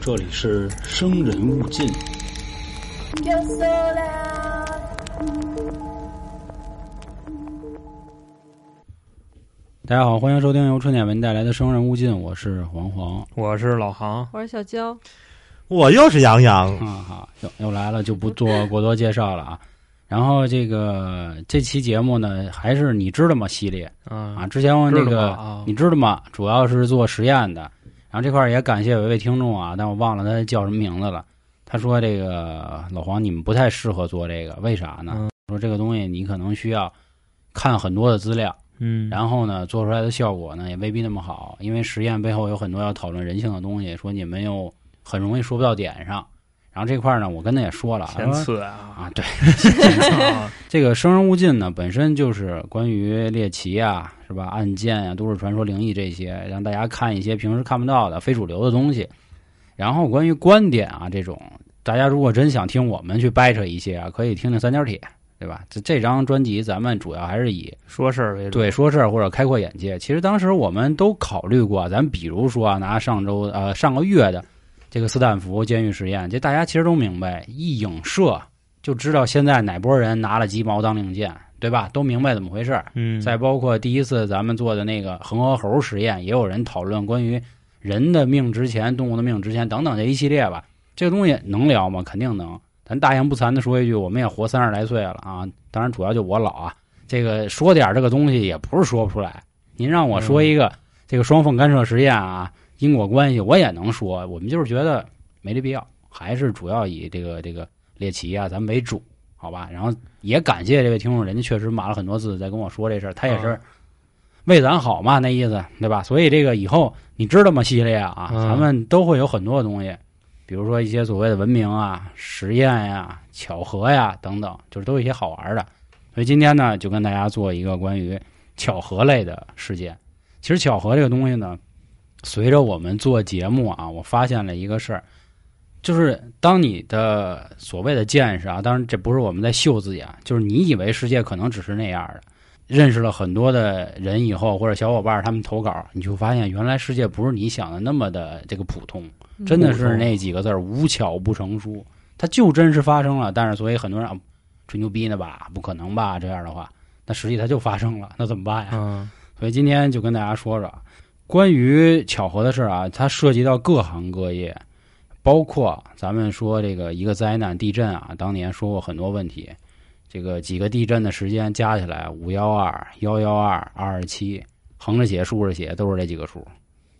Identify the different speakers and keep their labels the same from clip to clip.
Speaker 1: 这里是生人勿近。
Speaker 2: You're so loud.
Speaker 1: 大家好，欢迎收听由春点文带来的《生人勿近》，我是黄黄
Speaker 3: 我是老航，
Speaker 4: 我是小娇，
Speaker 5: 我又是杨
Speaker 3: 嗯
Speaker 5: 洋，
Speaker 1: 啊哈，又又来了，就不做过多介绍了啊。然后这个这期节目呢，还是你知道吗系列
Speaker 3: 嗯
Speaker 1: 啊，之前我那
Speaker 3: 知道
Speaker 1: 个
Speaker 3: 吗啊
Speaker 1: 你知道吗，主要是做实验的。然后这块儿也感谢有一位听众啊，但我忘了他叫什么名字了。他说这个老黄，你们不太适合做这个，为啥呢？
Speaker 3: 嗯
Speaker 1: 说这个东西你可能需要看很多的资料。
Speaker 3: 嗯
Speaker 1: 然后呢，做出来的效果呢也未必那么好，因为实验背后有很多要讨论人性的东西，说你们又很容易说不到点上。然后这块儿呢，我跟他也说了，
Speaker 3: 前
Speaker 1: 他说
Speaker 3: 次啊，
Speaker 1: 啊，对，
Speaker 3: 啊
Speaker 1: 这个《生人勿近》呢，本身就是关于猎奇啊，是吧？案件啊，都市传说、灵异这些，让大家看一些平时看不到的非主流的东西。然后关于观点啊这种，大家如果真想听我们去掰扯一些啊，可以听听三角铁，对吧？这这张专辑咱们主要还是以
Speaker 3: 说事儿为主，
Speaker 1: 对说事儿或者开阔眼界。其实当时我们都考虑过，咱比如说啊，拿上周呃上个月的这个斯坦福监狱实验，这大家其实都明白，一影射就知道现在哪波人拿了鸡毛当令箭，对吧？都明白怎么回事儿。
Speaker 3: 嗯，
Speaker 1: 再包括第一次咱们做的那个恒河猴实验，也有人讨论关于人的命值钱、动物的命值钱等等这一系列吧。这个东西能聊吗？肯定能。咱大言不惭的说一句，我们也活三十来岁了啊，当然主要就我老啊。这个说点儿这个东西也不是说不出来。您让我说一个、这个双缝干涉实验啊，因果关系我也能说，我们就是觉得没这必要，还是主要以这个这个猎奇啊咱们为主，好吧？然后也感谢这位听众，人家确实码了很多字在跟我说这事儿，他也是
Speaker 3: 啊
Speaker 1: 为咱好嘛，那意思对吧？所以这个以后你知道吗？系列啊，
Speaker 3: 嗯
Speaker 1: 咱们都会有很多的东西，比如说一些所谓的文明啊、实验呀、巧合呀、等等，就是都有一些好玩的。所以今天呢，就跟大家做一个关于巧合类的事件。其实巧合这个东西呢，随着我们做节目啊，我发现了一个事儿，就是当你的所谓的见识啊，当然这不是我们在秀自己啊，就是你以为世界可能只是那样的。认识了很多的人以后，或者小伙伴儿他们投稿，你就发现原来世界不是你想的那么的这个普通，真的是那几个字儿“无巧不成书”，它就真是发生了。但是所以很多人啊，吹牛逼呢吧，不可能吧？这样的话，那实际它就发生了，那怎么办呀？
Speaker 3: 嗯
Speaker 1: 所以今天就跟大家说说关于巧合的事儿啊，它涉及到各行各业，包括咱们说这个一个灾难地震啊，当年说过很多问题，这个几个地震的时间加起来五幺二、幺幺二、二二七，横着写、竖着写都是这几个数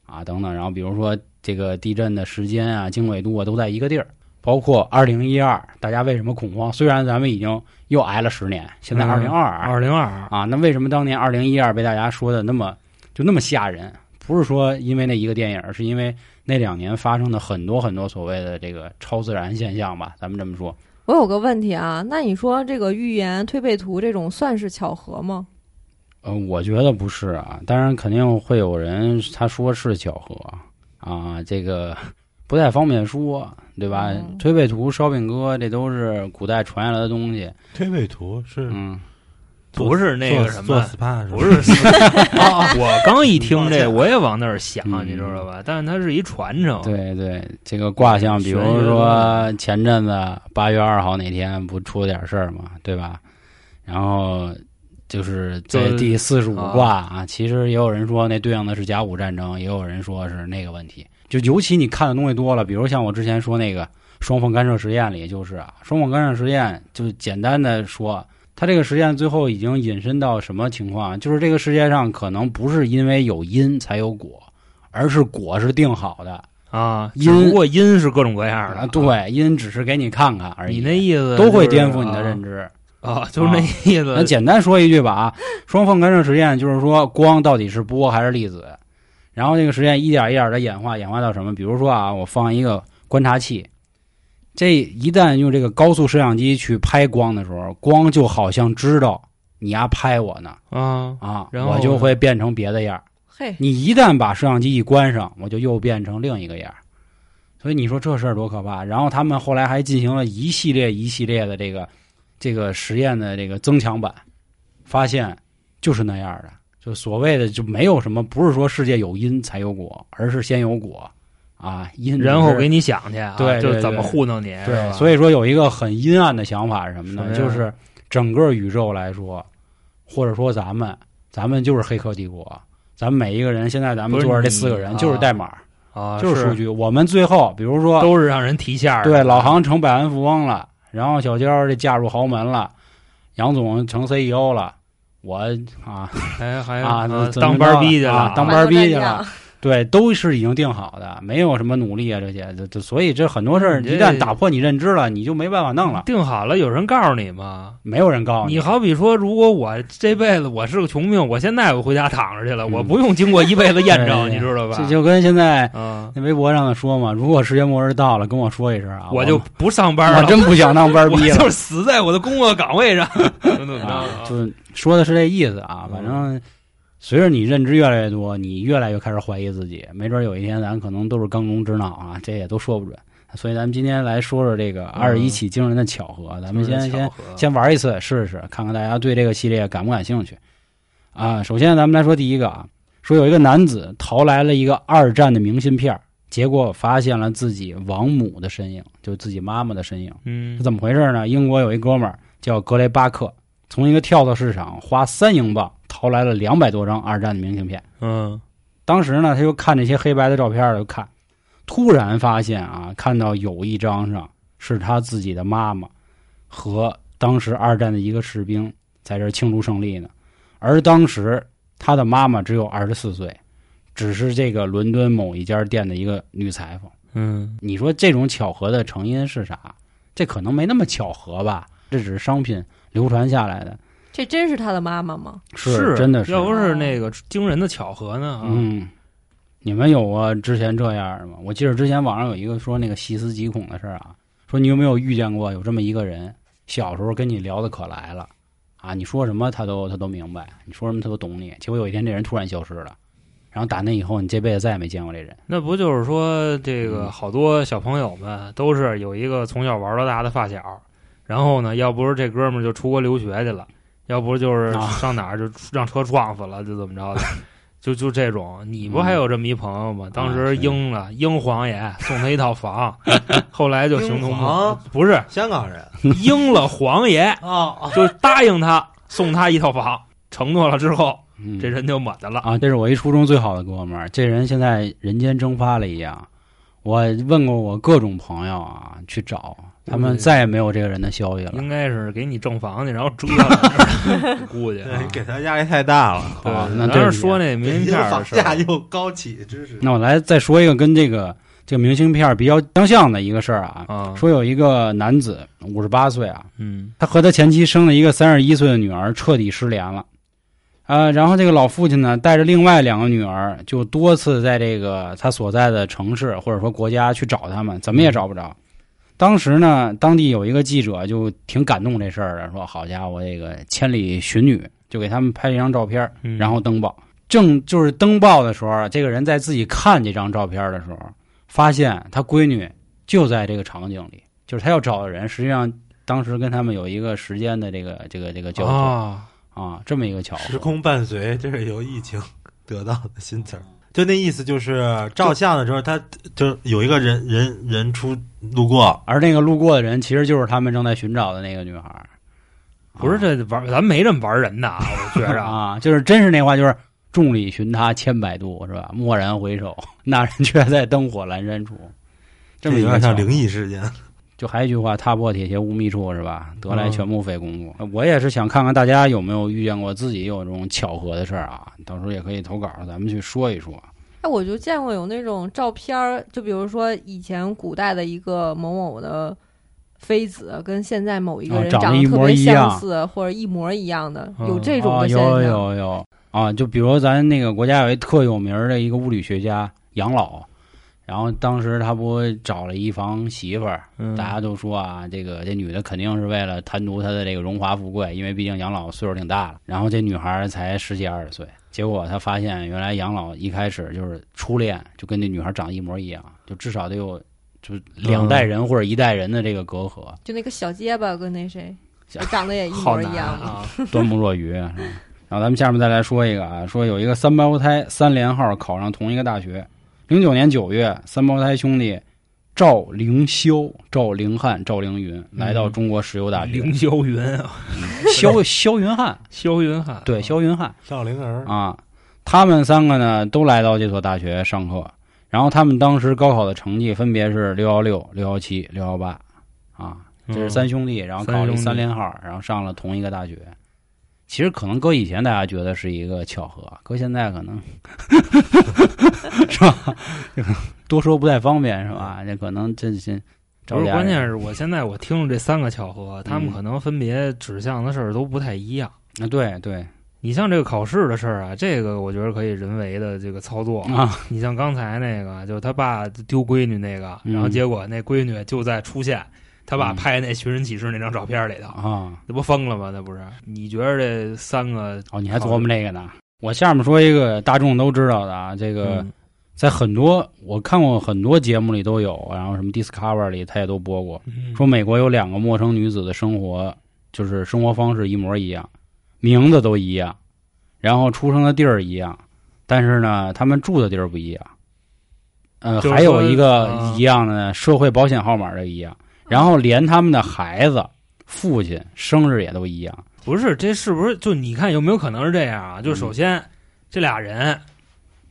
Speaker 1: 啊，等等。然后比如说这个地震的时间啊、经纬度啊都在一个地儿。包括二零一二，大家为什么恐慌？虽然咱们已经又挨了十年，现在
Speaker 3: 嗯
Speaker 1: 二零二二，
Speaker 3: 二零二，
Speaker 1: 啊，那为什么当年二零一二被大家说的那么就那么吓人？不是说因为那一个电影，而是因为那两年发生的很多很多所谓的这个超自然现象吧，咱们这么说。
Speaker 4: 我有个问题啊，那你说这个预言推背图这种算是巧合吗？
Speaker 1: 呃，我觉得不是啊，当然肯定会有人他说是巧合啊，这个不太方便说，对吧？
Speaker 4: 嗯
Speaker 1: 推背图、烧饼哥，这都是古代传下来的东西。
Speaker 5: 推背图是
Speaker 1: 嗯，
Speaker 5: 做
Speaker 3: 不是那个什
Speaker 5: 做
Speaker 3: 么
Speaker 5: 做 SPA
Speaker 3: 不
Speaker 5: 是吧
Speaker 3: 是啊，我刚一听这，我也往那儿想
Speaker 1: 嗯，
Speaker 3: 你知道吧？但是它是一传承，
Speaker 1: 对对，这个卦象，比如说前阵子八月二号那天不出了点事儿嘛，对吧？然后就是在
Speaker 3: 对
Speaker 1: 第四十五卦啊，其实也有人说那对应的是甲午战争，也有人说是那个问题。就尤其你看的东西多了，比如像我之前说那个双缝干涉实验里，就是啊，双缝干涉实验，就是简单的说，它这个实验最后已经引申到什么情况？啊就是这个世界上可能不是因为有因才有果，而是果是定好的。
Speaker 3: 啊，
Speaker 1: 因
Speaker 3: 只不过因是各种各样
Speaker 1: 啊，
Speaker 3: 的，
Speaker 1: 对，因只是给你看看而已。
Speaker 3: 你那意思
Speaker 1: 都会
Speaker 3: 就是
Speaker 1: 颠覆你的认知。
Speaker 3: 啊，就是那意
Speaker 1: 那
Speaker 3: 思，
Speaker 1: 简单说一句吧啊，双缝干涉实验就是说光到底是波还是粒子，然后这个实验一点一点的演化，演化到什么？比如说啊，我放一个观察器，这一旦用这个高速摄像机去拍光的时候，光就好像知道你丫拍我呢
Speaker 3: 啊，
Speaker 1: 啊，
Speaker 3: 然后
Speaker 1: 我
Speaker 3: 呢
Speaker 1: 就会变成别的样儿。
Speaker 4: 嘿，
Speaker 1: 你一旦把摄像机一关上，我就又变成另一个样儿。所以你说这事儿多可怕！然后他们后来还进行了一系列一系列的这个这个实验的这个增强版，发现就是那样的，就所谓的就没有什么，不是说世界有因才有果，而是先有果，啊，阴
Speaker 3: 然后给
Speaker 1: 你
Speaker 3: 你想去啊，
Speaker 1: 对对
Speaker 3: 就怎么糊弄你，
Speaker 1: 对，
Speaker 3: 以
Speaker 1: 所以说有一个很阴暗的想法是什么呢？
Speaker 3: 什么
Speaker 1: 就
Speaker 3: 呀
Speaker 1: 是整个宇宙来说，或者说咱们，咱们就是黑客帝国，咱们每一个人现在咱们
Speaker 3: 不是
Speaker 1: 坐着这
Speaker 3: 你
Speaker 1: 四个人
Speaker 3: 啊
Speaker 1: 就是代码，
Speaker 3: 啊，
Speaker 1: 就是数据。我们最后比如说
Speaker 3: 都是让人提线儿的，
Speaker 1: 对，老杭成百万富翁了，然后小娇儿这嫁入豪门了，杨总成 CEO 了，我啊
Speaker 3: 还哎还
Speaker 1: 啊怎么
Speaker 3: 当
Speaker 1: 着
Speaker 3: 班儿逼去了，哎
Speaker 1: 啊当班
Speaker 4: 班
Speaker 1: 儿
Speaker 4: 儿
Speaker 1: 逼去
Speaker 4: 去
Speaker 1: 了，，对，都是已经定好的，没有什么努力啊这些，这这所以这很多事儿
Speaker 3: 嗯
Speaker 1: 一
Speaker 3: 这
Speaker 1: 旦打破你认知了，你就没办法弄了，
Speaker 3: 定好了，有人告诉你吗？
Speaker 1: 没有人告诉
Speaker 3: 你好比说，如果我这辈子我是个穷命，我现在我回家躺着去了，
Speaker 1: 嗯
Speaker 3: 我不用经过一辈子验证，
Speaker 1: 对
Speaker 3: 你知道吧？
Speaker 1: 这就跟现在
Speaker 3: 嗯，
Speaker 1: 那微博上说嘛，如果世界末日到了，跟我说一声啊，我
Speaker 3: 我就不上班
Speaker 1: 我
Speaker 3: 了，
Speaker 1: 真不想当班儿
Speaker 3: 我
Speaker 1: 逼了
Speaker 3: 就。是死在我的工作岗位上，怎么怎么着
Speaker 1: 啊，
Speaker 3: 啊？
Speaker 1: 就是说的是这意思啊。反正随着你认知越来越多，你越来越开始怀疑自己，没准有一天咱可能都是缸中之脑啊，这也都说不准。所以咱们今天来说说这个二十一起惊人的巧合，咱们先先先玩一次试试，看看大家对这个系列感不感兴趣啊。首先咱们来说第一个啊，说有一个男子淘来了一个二战的明信片儿，结果发现了自己王母的身影，就自己妈妈的身影。
Speaker 3: 嗯
Speaker 1: 是，怎么回事呢？英国有一哥们儿叫格雷巴克，从一个跳蚤市场花三英镑淘来了两百多张二战的明信片。
Speaker 3: 嗯
Speaker 1: 当时呢，他就看这些黑白的照片儿，就看，突然发现啊，看到有一张上是他自己的妈妈和当时二战的一个士兵在这儿庆祝胜利呢，而当时他的妈妈只有二十四岁，只是这个伦敦某一家店的一个女裁缝。
Speaker 3: 嗯，
Speaker 1: 你说这种巧合的成因是啥？这可能没那么巧合吧？这只是商品流传下来的，
Speaker 4: 这真是他的妈妈吗？
Speaker 1: 是真的是。
Speaker 3: 要不是那个惊人的巧合呢？啊，
Speaker 1: 嗯，你们有过之前这样的吗？我记得之前网上有一个说那个细思极恐的事儿啊，说你有没有遇见过有这么一个人，小时候跟你聊的可来了啊，你说什么他都他都明白，你说什么他都懂你，结果有一天这人突然消失了，然后打那以后你这辈子再也没见过这人。
Speaker 3: 那不就是说，这
Speaker 1: 嗯
Speaker 3: 个好多小朋友们都是有一个从小玩到大的发小，然后呢，要不是这哥们儿就出国留学去了，要不就是
Speaker 1: 啊
Speaker 3: 上哪儿就让车撞死了，就怎么着的，就就这种。你不还有这么一朋友吗？
Speaker 1: 嗯
Speaker 3: 当
Speaker 1: 啊是
Speaker 3: 时英了，英皇爷送他一 套房，后来就形同
Speaker 5: 英皇
Speaker 3: 不是
Speaker 5: 香港 人
Speaker 3: 英了皇爷，
Speaker 5: 啊，
Speaker 3: 就答应他送他一套房，承诺了之后，
Speaker 1: 嗯，
Speaker 3: 这人就抹的了。
Speaker 1: 啊，这是我一初中最好的哥们儿，这人现在人间蒸发了一样。我问过我各种朋友啊，去找他们，
Speaker 3: 嗯
Speaker 1: 再也没有这个人的消息了。
Speaker 3: 应该是给你挣房去，然后折了， 估计。啊
Speaker 5: 对，给他压力太大了，哦
Speaker 1: 好吧
Speaker 3: 对，
Speaker 1: 那
Speaker 3: 当
Speaker 1: 对啊不
Speaker 3: 时
Speaker 1: 起
Speaker 3: 啊说那明信片儿
Speaker 5: 房
Speaker 3: 的事儿
Speaker 5: 价又高起，真是。
Speaker 1: 那我来再说一个跟这个这个明信片儿比较相像的一个事儿啊，
Speaker 3: 啊，
Speaker 1: 说有一个男子五十八岁啊，
Speaker 3: 嗯
Speaker 1: 他和他前妻生了一个三十一岁的女儿，彻底失联了。呃，然后这个老父亲呢，带着另外两个女儿，就多次在这个他所在的城市或者说国家去找他们，怎么也找不着。当时呢，当地有一个记者就挺感动这事儿的，说：“好家伙，这个千里寻女，就给他们拍了一张照片儿，
Speaker 3: 嗯，
Speaker 1: 然后登报。正就是登报的时候，啊这个人在自己看这张照片的时候，发现他闺女就在这个场景里，就是他要找的人，实际上当时跟他们有一个时间的这个这个这个交错啊
Speaker 3: 啊，
Speaker 1: 这么一个巧
Speaker 5: 时
Speaker 1: 合。
Speaker 5: 空伴随，这是由疫情 得到的新词儿。就那意思，就是照相的时候，他就是有一个人人人出路过，
Speaker 1: 而那个路过的人，其实就是他们正在寻找的那个女孩儿。
Speaker 3: 不是
Speaker 1: 啊
Speaker 3: 这玩，咱没这么玩人的啊，我觉着啊，
Speaker 1: 啊，就是真是那话，就是众里寻他千百度，是吧？蓦然回首， 那人却在灯火阑珊处。这么一
Speaker 5: 有
Speaker 1: 个
Speaker 5: 点
Speaker 1: 巧
Speaker 5: 像
Speaker 1: 合
Speaker 5: 灵异事件。
Speaker 1: 就还有一句话，踏破铁鞋无觅处，是吧？得
Speaker 4: 嗯
Speaker 1: 来全不费工夫。我也是想看看大家有没有遇见过自己有这种巧合的事儿啊，到时候也可以投稿，咱们去说一说。
Speaker 4: 哎，我就见过有那种照片儿，就比如说以前古代的一个某某的妃子，跟现在某一个
Speaker 1: 啊
Speaker 4: 人
Speaker 1: 长得
Speaker 4: 长得
Speaker 1: 一
Speaker 4: 特
Speaker 1: 模
Speaker 4: 别
Speaker 1: 一
Speaker 4: 相
Speaker 1: 样
Speaker 4: 似，或者一模一样的，
Speaker 3: 嗯
Speaker 4: 有这种
Speaker 1: 啊，
Speaker 4: 的现
Speaker 1: 有
Speaker 4: 象。
Speaker 1: 有有啊，就比如咱那个国家有一特有名儿的一个物理学家杨老，然后当时他不找了一房媳妇儿，
Speaker 3: 嗯
Speaker 1: 大家都说啊，这个这女的肯定是为了贪图她的这个荣华富贵，因为毕竟养老岁数挺大了。然后这女孩儿才十几二十岁，结果她发现原来养老一开始就是初恋，就跟那女孩长得一模一样，就至少得有就是两代人或者一代人的这个隔阂，
Speaker 4: 就那个小结巴跟那谁
Speaker 1: 小，
Speaker 4: 长得也一
Speaker 3: 好
Speaker 4: 模
Speaker 3: 难
Speaker 4: 一样嘛。
Speaker 3: 啊，
Speaker 1: 端木若愚。是吧啊然后咱们下面再来说一个啊，说有一个三胞胎三连号考上同一个大学，零九年九月，三胞胎兄弟赵凌霄、赵凌汉、赵凌云来到中国石油大学。
Speaker 3: 凌霄云 啊，
Speaker 1: 萧萧云汉，
Speaker 3: 霄云汉，啊
Speaker 1: 对，萧云汉
Speaker 5: 赵灵儿，
Speaker 1: 啊，他们三个呢都来到这所大学上课，然后他们当时高考的成绩分别是六幺六、六幺七、六幺八，啊，这是三兄弟，然后考了一
Speaker 3: 嗯三兄
Speaker 1: 三
Speaker 3: 弟
Speaker 1: 连号，然后上了同一个大学。其实可能搁以前大家觉得是一个巧合，搁现在可 能 是吧？多说不太方便是吧？这可能这这，
Speaker 3: 不是，
Speaker 1: 找点
Speaker 3: 关键是我现在我听了这三个巧合，他们
Speaker 1: 嗯
Speaker 3: 可能分别指向的事儿都不太一样。
Speaker 1: 啊，对对
Speaker 3: 你像这个考试的事儿啊，这个我觉得可以人为的这个操作。
Speaker 1: 啊，
Speaker 3: 你像刚才那个，就是他爸丢闺女那个，
Speaker 1: 嗯
Speaker 3: 然后结果那闺女就在出现他爸
Speaker 1: 嗯
Speaker 3: 拍那寻人启事那张照片里头，
Speaker 1: 啊，
Speaker 3: 那不疯了吗？那不是？你觉得这三个
Speaker 1: 哦，你还琢磨这个呢？我下面说一个大众都知道的啊，这个
Speaker 3: 嗯
Speaker 1: 在很多我看过很多节目里都有，然后什么 Discover 里他也都播过，
Speaker 3: 嗯
Speaker 1: 说美国有两个陌生女子的生活，就是生活方式一模一样，名字都一样，然后出生的地儿一样，但是呢，他们住的地儿不一样。呃，
Speaker 3: 就是
Speaker 1: 还有一
Speaker 3: 说
Speaker 1: 个
Speaker 3: 啊
Speaker 1: 一样的社会保险号码的一样，然后连他们的孩子、父亲生日也都一样。
Speaker 3: 不是？这是不是就你看有没有可能是这样啊？
Speaker 1: 嗯
Speaker 3: 就首先、这俩人。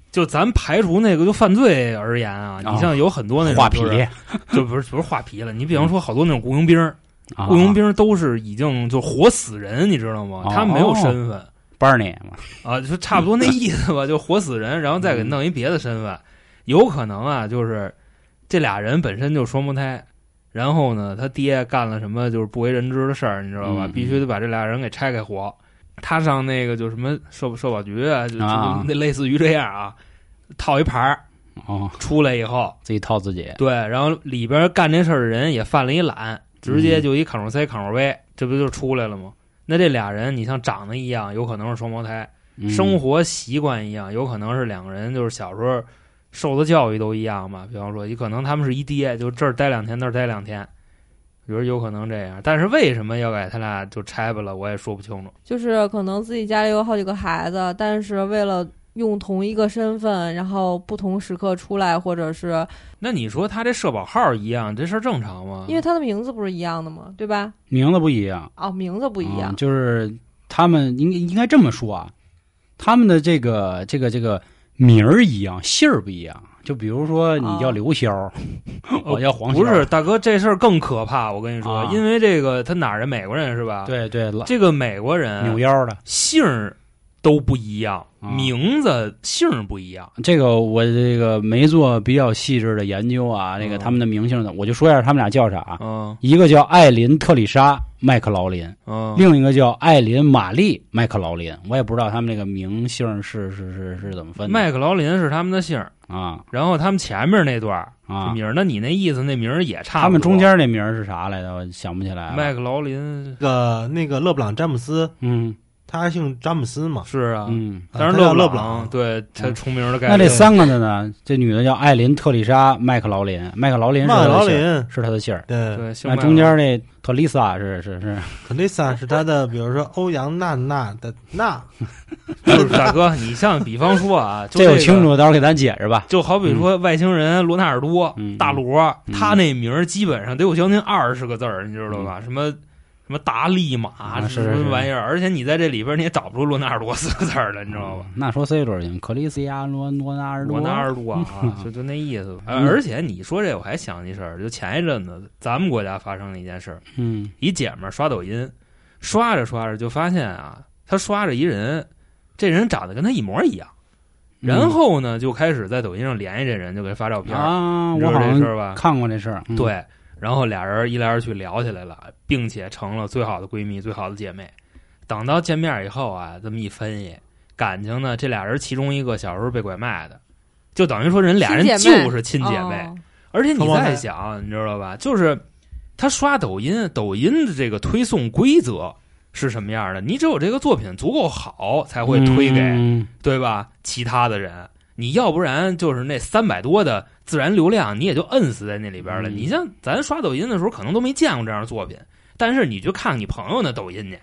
Speaker 3: 就咱排除那个就犯罪而言啊，
Speaker 1: 啊
Speaker 3: 你像有很多那种
Speaker 1: 画皮嗯
Speaker 3: 就是就不是不是画皮了。你比方说，好多那种雇佣兵儿，
Speaker 1: 啊，
Speaker 3: 雇佣兵儿都是已经就活死人，你知道吗？
Speaker 1: 哦
Speaker 3: 他没有身份、
Speaker 1: Barney 嘛，
Speaker 3: 啊，就差不多那意思吧，就活死人，然后再给
Speaker 1: 嗯
Speaker 3: 弄一别的身份，有可能啊，就是这俩人本身就双胞胎，然后呢，他爹干了什么就是不为人知的事儿，你知道吧？
Speaker 1: 嗯嗯
Speaker 3: 必须得把这俩人给拆开活。他上那个就什么社社保局啊，就就
Speaker 1: 啊
Speaker 3: 那类似于这样啊，套一牌儿
Speaker 1: 哦，
Speaker 3: 出来以后，
Speaker 1: 自己套自己。
Speaker 3: 对，然后里边干这事儿的人也犯了一懒，直
Speaker 1: 嗯
Speaker 3: 接就一 Ctrl C Ctrl V，这不就出来了吗？那这俩人，你像长得一样，有可能是双胞胎；
Speaker 1: 嗯
Speaker 3: 生活习惯一样，有可能是两个人就是小时候受的教育都一样吧。比方说，有可能他们是一爹，就这儿待两天，那儿待两天，比如有可能这样。但是为什么要给他俩就拆吧了，我也说不清楚。
Speaker 4: 就是可能自己家里有好几个孩子，但是为了用同一个身份，然后不同时刻出来，或者是
Speaker 3: 那你说他这社保号一样，这事儿正常吗？
Speaker 4: 因为他的名字不是一样的吗？对吧？
Speaker 1: 名字不一样，
Speaker 4: 哦，名字不一样
Speaker 1: 嗯，就是他们应该应该这么说啊，他们的这个这个这个名儿一样，姓儿不一样。就比如说你叫
Speaker 4: 哦
Speaker 1: 刘潇， 我叫黄潇，
Speaker 3: 哦不是，大哥，这事儿更可怕。我跟你说，
Speaker 1: 啊
Speaker 3: 因为这个他哪儿人？美国人是吧？，
Speaker 1: 对对，老
Speaker 3: 这个美国
Speaker 4: 呃
Speaker 1: 扭
Speaker 3: 人
Speaker 1: 腰的。
Speaker 3: 姓儿都不一样，
Speaker 1: 啊
Speaker 3: 名字姓儿不一样。
Speaker 1: 这个我这个没做比较细致的研究啊，这个
Speaker 3: 嗯
Speaker 1: 他们的名姓的，我就说一下他们俩叫啥啊，
Speaker 3: 嗯
Speaker 1: 一个叫艾琳特丽莎麦克劳林，
Speaker 3: 嗯，
Speaker 1: 另一个叫艾琳玛丽麦克劳林。我也不知道他们这个名姓是是是是怎么分的
Speaker 3: 麦克劳林是他们的姓儿，
Speaker 1: 啊
Speaker 3: 然后他们前面那段儿
Speaker 1: 啊！
Speaker 3: 名儿，那你那意思那名儿也差不多。
Speaker 1: 他们中间那名儿是啥来着？我想不起来了。
Speaker 3: 麦克劳林
Speaker 5: 那个那个勒布朗詹姆斯，
Speaker 1: 嗯
Speaker 5: 他姓詹姆斯嘛，
Speaker 3: 是啊，
Speaker 1: 嗯，
Speaker 5: 啊
Speaker 3: 但是
Speaker 5: 他叫
Speaker 3: 勒
Speaker 5: 勒
Speaker 3: 布
Speaker 5: 布
Speaker 3: 朗
Speaker 5: 朗，
Speaker 3: 对他
Speaker 1: 嗯
Speaker 3: 重名的概
Speaker 1: 那
Speaker 3: 率。
Speaker 1: 这三个的呢？这女的叫艾琳·特丽莎·麦克劳林，麦克劳林是她
Speaker 5: 麦
Speaker 1: 的
Speaker 5: 劳
Speaker 1: 姓儿
Speaker 5: 林，
Speaker 1: 是她的姓儿。
Speaker 5: 对，
Speaker 3: 对，姓
Speaker 1: 那
Speaker 3: 麦
Speaker 1: 中
Speaker 3: 劳
Speaker 1: 间那特丽莎是是是，
Speaker 5: 克丽莎是他的，比如说欧阳娜娜的娜，
Speaker 3: 就是大哥， 你像比方 说啊，就
Speaker 1: 这
Speaker 3: 个
Speaker 1: 有清楚，到时候给咱解释吧。
Speaker 3: 就好比说外星人罗纳尔多、
Speaker 1: 嗯
Speaker 3: 大罗，
Speaker 1: 嗯
Speaker 3: 他那名儿基本上得有将近二十个字儿，你知道吧？什么什么达利马、
Speaker 1: 啊
Speaker 3: 什
Speaker 1: 是是
Speaker 3: 么
Speaker 1: 是
Speaker 3: 玩意儿，而且你在这里边儿你也找不出罗纳尔多四个字儿来，你知道吧？
Speaker 1: 嗯那说 C 轮行，克里斯亚诺诺纳尔多
Speaker 3: 罗纳尔 多啊，就就那意思吧。呃
Speaker 1: 嗯
Speaker 3: 而且你说这，我还想一事儿，就前一阵子咱们国家发生了一件事儿，
Speaker 1: 嗯
Speaker 3: 一姐们儿刷抖音，刷着刷着就发现啊，她刷着一人，这人长得跟她一模一样，
Speaker 1: 嗯
Speaker 3: 然后呢就开始在抖音上联系这人，就给他发照片儿。
Speaker 1: 啊，
Speaker 3: 你知
Speaker 1: 我
Speaker 3: 道
Speaker 1: 好
Speaker 3: 这事
Speaker 1: 像
Speaker 3: 儿吧？
Speaker 1: 看过这事儿。嗯，
Speaker 3: 对，然后俩人一来二去聊起来了，并且成了最好的闺蜜、最好的姐妹。等到见面以后啊，这么一分析，感情呢，这俩人其中一个小时候被拐卖的，就等于说人俩人
Speaker 4: 亲姐妹
Speaker 3: 就是嗯亲姐妹。
Speaker 4: 哦
Speaker 3: 而且你
Speaker 5: 双胞
Speaker 3: 再
Speaker 5: 胎
Speaker 3: 想，你知道吧？就是他刷抖音，抖音的这个推送规则是什么样的？你只有这个作品足够好，才会推给、
Speaker 1: 嗯
Speaker 3: 对吧？其他的人，你要不然就是那三百多的自然流量，你也就摁死在那里边了。
Speaker 1: 嗯
Speaker 3: 你像咱刷抖音的时候，可能都没见过这样的作品，但是你去看你朋友那抖音去，